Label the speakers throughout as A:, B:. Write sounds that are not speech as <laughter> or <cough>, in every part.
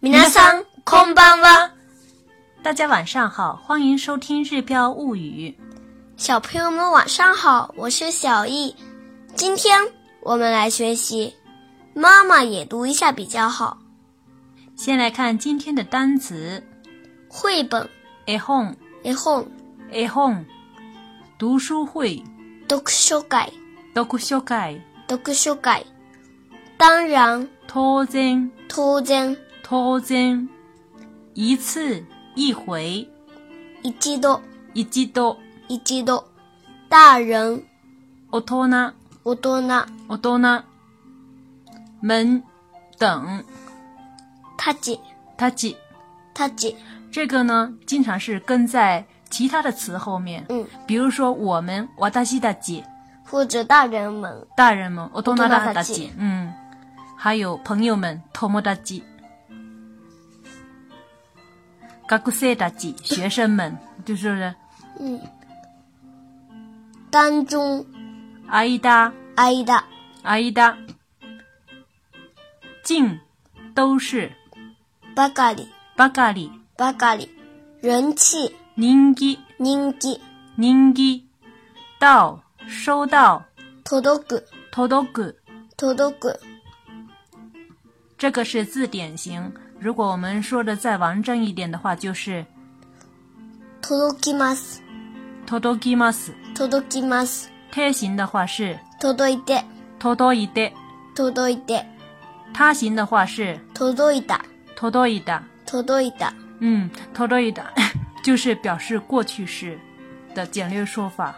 A: 皆さんこんばんは。
B: 大家晚上好，欢迎收听《日标物语
A: 小朋友们晚上好，我是小易。今天我们来学习，妈妈也读一下比较好。》。
B: 先来看今天的单词
A: 绘本、
B: ：a home、
A: 絵本、
B: a home，读书会、
A: 読書会、
B: 読書会、
A: 読書会。当然、
B: 当然、
A: 当然、
B: 当然，一次、一回、
A: 一度、
B: 一度、
A: 一度。大人、
B: 大人、
A: 大人、
B: 大人、门、等、
A: たち、
B: たち。
A: たち。
B: 这个呢，经常是跟在其他的词后面，
A: 嗯，
B: 比如说我们私たち。
A: 或者大人们、
B: 大人们，大人
A: 大
B: た
A: 人
B: ち，嗯，还有朋友们，友達。学生たち，学生们，就是
A: 当中、
B: 間、
A: 間、
B: 間、近都是
A: ばかり、
B: ばかり、
A: ばかり。人气、
B: 人気、
A: 人気、
B: 人気、到收到
A: 届く、
B: 届く。
A: 届く。
B: 这个是字典型。如果我们说的再完整一点的话，就是
A: 届きます。
B: 届きます。
A: 届きます。
B: 贴形的话是
A: 届いて、
B: 届いて。
A: 届いて、
B: 他行的话是
A: 届いた、
B: t o d o 的，
A: 届いた。
B: 嗯 t o d o 的， <laughs> 就是表示过去式的简略说法。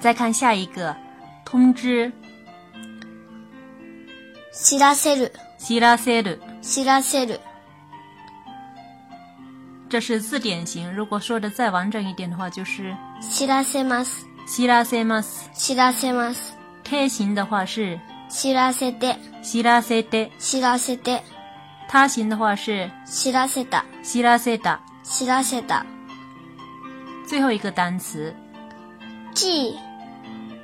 B: 再看下一个，通知
A: 知らせる、
B: 知らせる，
A: 知らせる。
B: 这是字典型。如果说的再完整一点的话，就是
A: 知らせます、
B: 知らせます。
A: 知らせます。
B: 贴形的话是
A: 知らせて、
B: 知らせて，
A: 知らせて、
B: 他行的话是
A: 知らせた、
B: 知らせた。
A: 知らせた。
B: 最后一个单词
A: ち、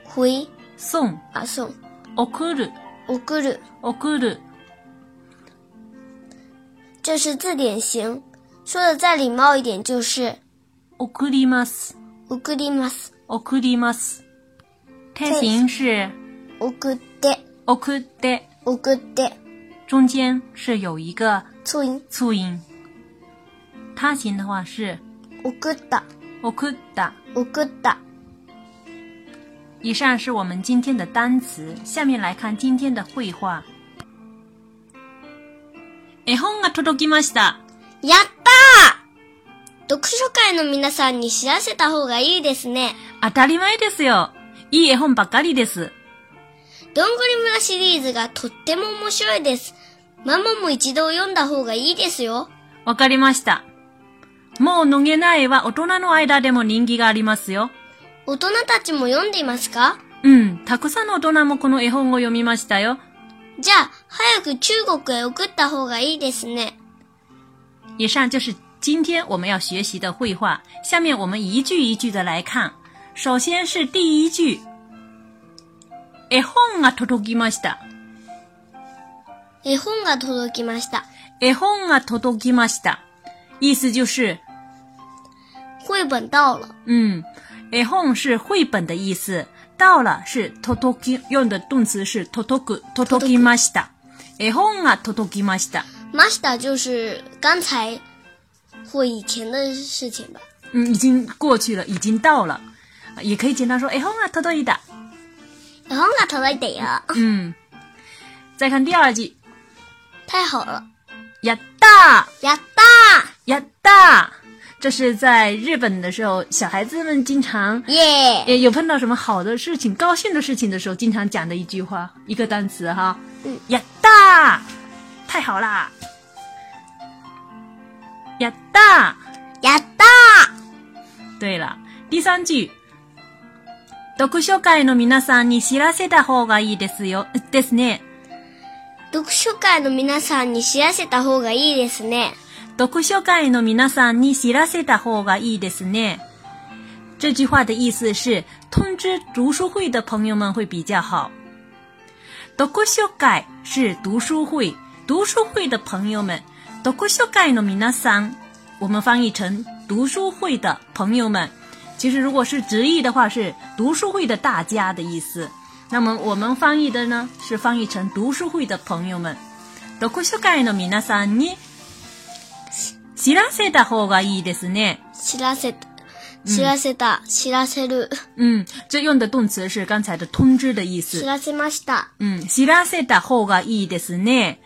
A: ほい、
B: 送
A: あ、そう。
B: 送る
A: 送る。
B: 送る。
A: 这是字典型。说的再礼貌一点就是、
B: 送ります。
A: 送ります。
B: 送ります。贴形是
A: 送って、
B: 送って，
A: 送って、
B: 中间是有一个
A: つい、
B: 促音。他形的话是
A: 送った、
B: 送った。
A: 送った。
B: 以上是我们今天的单词，下面来看今天的绘画。絵本が届きました。
A: やったー読書会の皆さんに知らせた方がいいですね。
B: 当たり前ですよ。いい絵本ばかりです。
A: どんぐり村シリーズがとっても面白いです。ママも一度読んだ方がいいですよ。
B: わかりました。もう脱げないは大人の間でも人気がありますよ。
A: 大人たちも読んでいますか
B: うん、たくさんの大人もこの絵本を読みましたよ。
A: じゃあ、早く中国へ送った方がいいですね。
B: 以上就是今天我们要学习的绘画。下面我们一句一句的来看。首先是第一句，絵本が届きました。
A: 絵本が届きました。
B: 絵本が届きました。意思就是，
A: 绘本到了。
B: 嗯，絵本是绘本的意思，到了是届き，用的动词是届く、届きました。絵本が届きました。
A: ました就是刚才或以前的事情吧。
B: 嗯，已经过去了，已经到了，也可以简单说絵哎啊本が届いた。
A: 絵本が届いてよ。
B: 嗯，再看第二句。
A: 太好了。
B: やった
A: やった
B: ーやったー这是在日本的时候，小孩子们经常
A: ー耶
B: 也有碰到什么好的事情、高兴的事情的时候，经常讲的一句话、一个单词哈。
A: 嗯，
B: やったー太好啦！やった
A: やった
B: ー对了，第三句。読書会の皆さんに知らせた方がいいですよ。呃ですね。
A: ー読書会の皆さんに知らせた方がいいですね。
B: 読書会の皆さんに知らせた方がいいですね。这句话的意思是通知读书会的朋友们会比较好。读书会是读书会，读书会的朋友们，读书会の皆さん，我们翻译成读书会的朋友们。其实如果是直译的话，是读书会的大家的意思。那么我们翻译的呢，是翻译成读书会的朋友们。读書会の皆さんに知らせた方がいいですね。
A: 知らせた、知らせた、知らせる、
B: 嗯，这用的动词是刚才的通知的意思
A: 知。らせました。
B: 嗯，知らせた方がいいですね。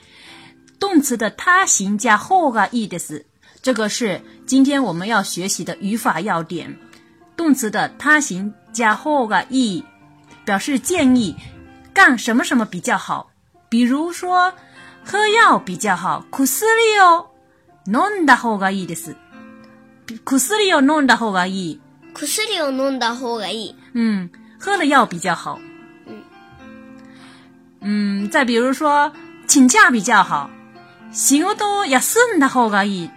B: 动词的他形加方がいいです，这个是今天我们要学习的语法要点。动词的他形加方がいい，表示建议干什么什么比较好。比如说，喝药比较好，薬を飲んだ方がいいです。薬を飲んだ方がいい。
A: 薬を飲んだ方がいい。
B: 嗯，喝了药比较好。嗯，再比如说，请假比较好。仕事を休んだ方がいい。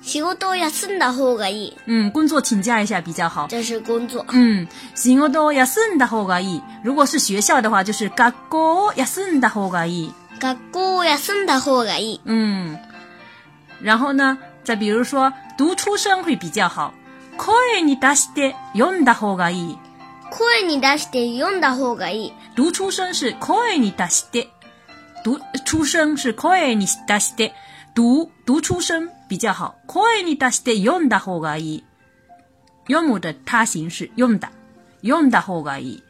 A: 仕事を休んだ方がいい。
B: 嗯，工作请假一下比较好。
A: 这是工作。
B: 嗯，仕事を休んだ方がいい。如果是学校的话，就是学校を休んだ方がいい。
A: 学校を休んだ方がいい。
B: 嗯，然后呢，再比如说，读出声会比较好。声に出して読んだ方がいい。
A: 声に出して読んだ方がいい。
B: 读出声是声に出して，读出声是声に出して，读读出声比较好。声に出して読んだ方がいい。読む的他形是読んだ，読んだ方がいい。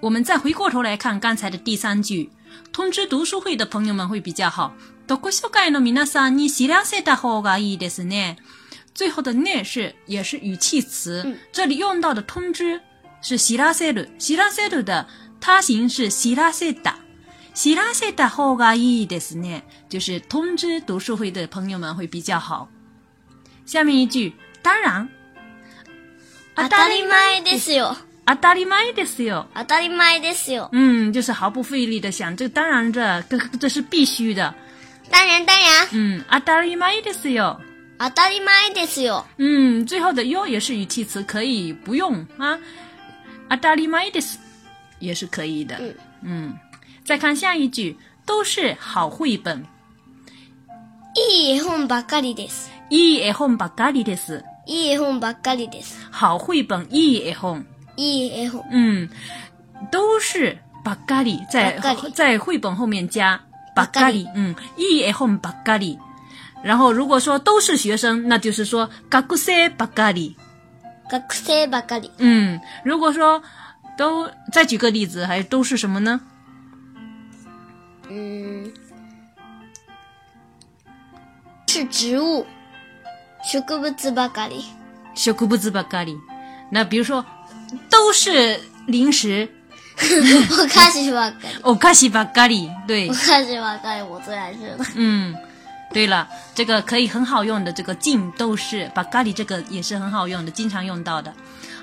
B: 我们再回过头来看刚才的第三句，通知读书会的朋友们会比较好。読書会の皆さんに知らせた方がいいですね。最后的ね是也是语气词，这里用到的通知是知らせる，知らせる的他形是知らせた，知らせた方がいいですね，就是通知读书会的朋友们会比较好。下面一句，当然，
A: 当たり前で
B: よ，
A: すよ。
B: 当たり前ですよ。
A: 当たり前ですよ。
B: 嗯，就是毫不费力的想，这当然这这这是必须的。
A: 当然当然。
B: 嗯，当たり前ですよ。
A: 当たり前ですよ。
B: 嗯，最后的哟也是语气词，可以不用啊。当たり前です也是可以的。嗯再看下一句，都是好绘本。
A: いい絵本ばっかりです。
B: いい絵本ばかりです。
A: いい絵本ばっかりです。
B: 好绘本，いい絵本。
A: いい絵本。
B: 嗯，都是ばっかり在
A: ばっかり
B: 在绘本后面加
A: ば
B: ばっ
A: っ
B: か
A: か
B: り
A: り，
B: 嗯，いい絵本ばっかり。然后如果说都是学生，那就是说学生ばっかり。
A: 学生ばかり。
B: 嗯，如果说都再举个例子，还都是什么呢？
A: うーん。是植物。植物ばか
B: <laughs>
A: り。
B: 小库布兹巴咖喱。那比如说，都是零食，
A: お菓子ばっかり。
B: 哦，咖西巴咖喱。对
A: お，菓子ばっかり我最爱吃的。
B: 嗯，对了，这个可以很好用的，这个净都是巴咖喱，这个也是很好用的，经常用到的。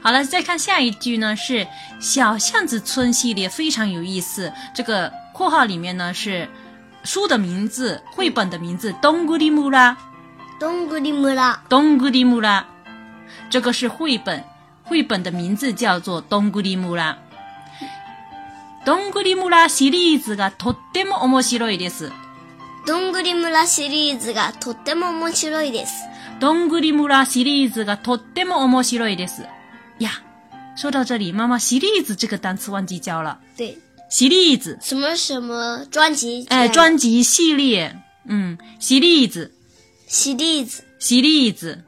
B: 好了，再看下一句呢，是小巷子村系列非常有意思。这个括号里面呢是书的名字、绘本的名字《东古里木拉》。
A: どんぐり村。
B: 东古里木拉，这个是绘本，绘本的名字叫做东古里木拉。东古里木拉シリーズが啊とっても面白いです。
A: どんぐり村シリーズがとっても面白いです。
B: どんぐり村シリーズがとっても面白いです。呀，说到这里，妈妈“シリーズ”这个单词忘记教了。
A: 对，
B: シリーズ，
A: 什么什么专辑？
B: 哎，专辑系列，嗯，シリーズ，
A: シリーズ。
B: シリーズ，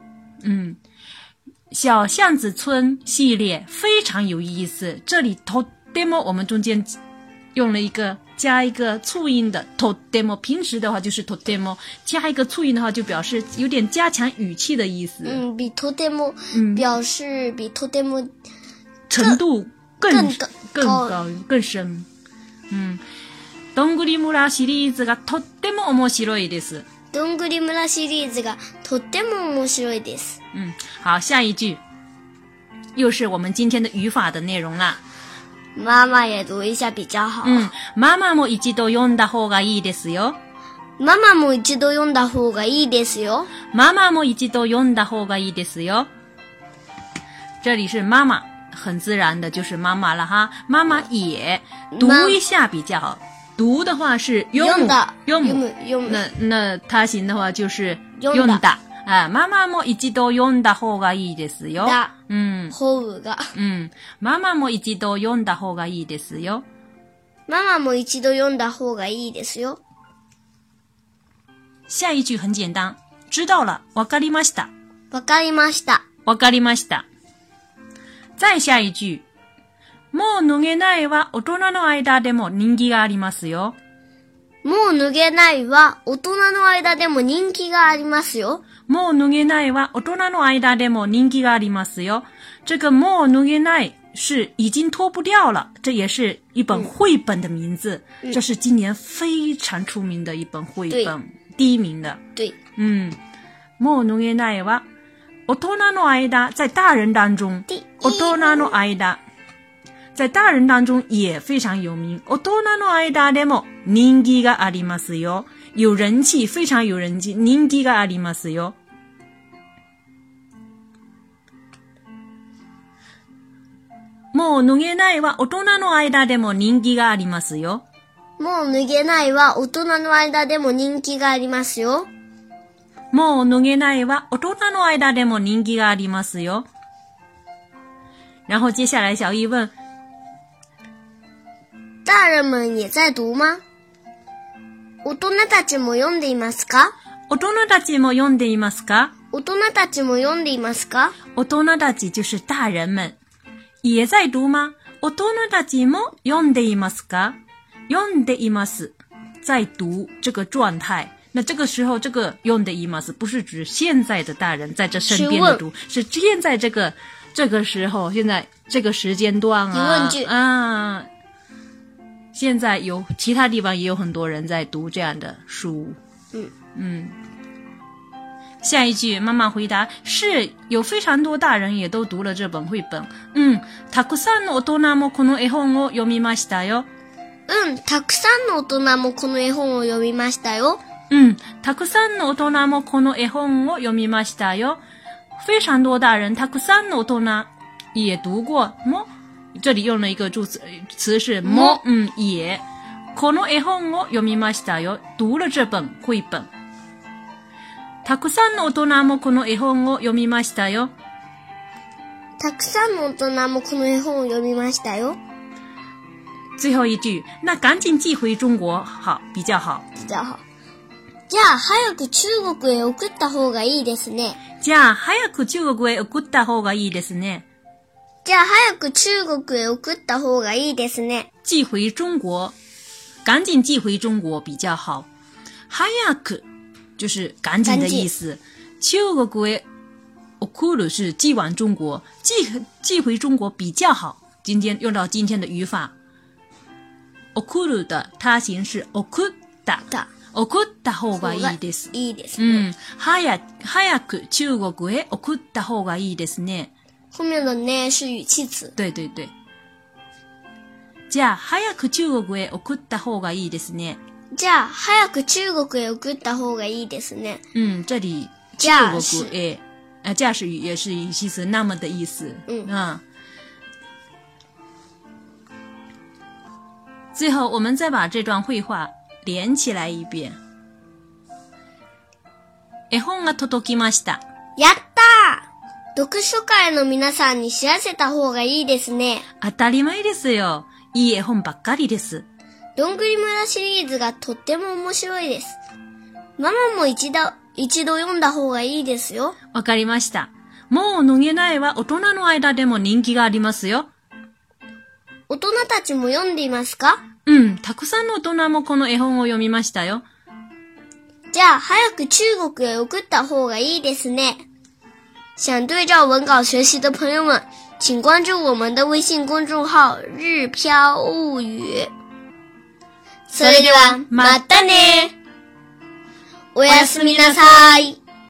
B: 嗯，小巷子村系列非常有意思。这里 to demo 我们中间用了一个加一个促音的 to demo，平时的话就是 to demo，加一个促音的话就表示有点加强语气的意思，
A: 嗯，比とても、表示比とても
B: 程度更
A: 更高
B: 更高更深。嗯，どんぐり村シリーズがとっても面白いです。
A: どんぐり村シリーズがとっても面白いです。
B: 嗯，好，下一句又是我们今天的语法的内容啦。
A: 妈妈也读一下比较好。
B: うん。ママも一度読んだ方がいいですよ。
A: ママも一度読んだ方がいいですよ。
B: ママも一度読んだ方がいいですよ。这里是妈妈很自然的就是妈妈了哈。妈妈也读一下比较好。读的话是
A: 用的
B: 用
A: 用用
B: 那那他行的话就是
A: 用
B: 用
A: 的
B: 的啊。妈妈も一度読んだ方がいいですよ。
A: だ
B: 嗯
A: ほうが。
B: 嗯，妈妈も一度読んだ方がいいですよ。
A: ママも一度読んだ方がいいですよ。
B: 下一句很简单，知道了，わかりました。
A: わかりました。
B: わかりました。再下一句。もう脱げないは大人の間でも人気がありますよ。
A: もう脱げないは大人の間でも人気がありますよ。
B: もう脱げないは大人の間でも人気がありますよ。这个もう脱げない是已经脱不掉了，这也是一本绘本的名字，这是今年非常出名的一本绘本，第一名的。
A: 对，
B: 嗯，もう脱げないは大人の間，在大人当中，
A: 第一
B: 大人の間，在大人当中也非常有名。大人の間でも人気がありますよ，有人气，非常有人气，人気がありますよ。もう脱げないは大人の間でも人気がありますよ。
A: もう脱げないは大人の間でも人気がありますよ。
B: もう脱げないは大人の間でも人気がありますよ。然后接下来小易问，
A: 大人们也在读吗？大人たちも読んでいますか
B: 大人たちも読んでいますか
A: 大人たちも読んでいますか
B: 大人たち就是大人们。也在读吗？大人たちも読んでいますか読んでいます。在读这个状态。那这个时候，这个用的 imas 不是指现在的大人在这身边的读，是现在这个这个时候，现在这个时间段
A: 疑
B: 啊
A: 问句，
B: 啊，现在有其他地方也有很多人在读这样的书。
A: 嗯
B: 嗯。下一句，妈妈回答：是有非常多大人也都读了这本绘本。嗯，たくさんの大人もこの絵本を読みましたよ。
A: うん、たくさんの大人もこの絵本を読みましたよ。
B: 嗯，たくさんの大人もこの絵本を読みましたよ。非常多大人，たくさんの大人也读过も。这里用了一个助词，呃词是も
A: も，
B: 嗯，也。この絵本を読みましたよ。读了这本绘本。たくさんの大人もこの絵本を読みましたよ。
A: たくさんの大人もこの絵本を読みましたよ。
B: 最后一句，那赶紧寄回中国好比较好。
A: じゃあ、じゃあ早く中国へ送った方がいいですね。
B: じゃあ早く中国へ送った方がいいですね。
A: じゃあ早く中国へ送った方がいいですね。
B: 寄回中国，赶紧寄回中国比较好。早く就是赶紧的意思。中国へ送る是寄往中国，寄寄回中国比较好。今天用到今天的语法。送る的他形是送った
A: だ。
B: 送った方がいいです。
A: いいです
B: う
A: ね。
B: ん。早、早く中国へ送った方がいいですね。
A: 后面的呢是语气词。
B: 对对对。じゃあ、早く中国へ送った方がいいですね。
A: じゃあ早く中国へ送った方がいいですね。
B: 嗯，这里
A: じゃあ
B: 中
A: 是
B: 国え啊，驾驶语也是语气词“那么”的意思。
A: 嗯
B: 啊。最后，我们再把这段绘画连起来一遍。絵本が届きました。
A: やったー読書会の皆さんに知らせた方がいいですね。
B: 当たり前ですよ。いい絵本ばっかりです。
A: どんぐり村シリーズがとっても面白いです。ママも一度、一度読んだ方がいいですよ。
B: わかりました。もう脱げないは大人の間でも人気がありますよ。
A: 大人たちも読んでいますか
B: うん、たくさんの大人もこの絵本を読みましたよ。
A: じゃあ早く中国へ送った方がいいですね。想对照文稿学习的朋友们，请关注我们的微信公众号“日飘物语”。それではまたね。おやすみなさい。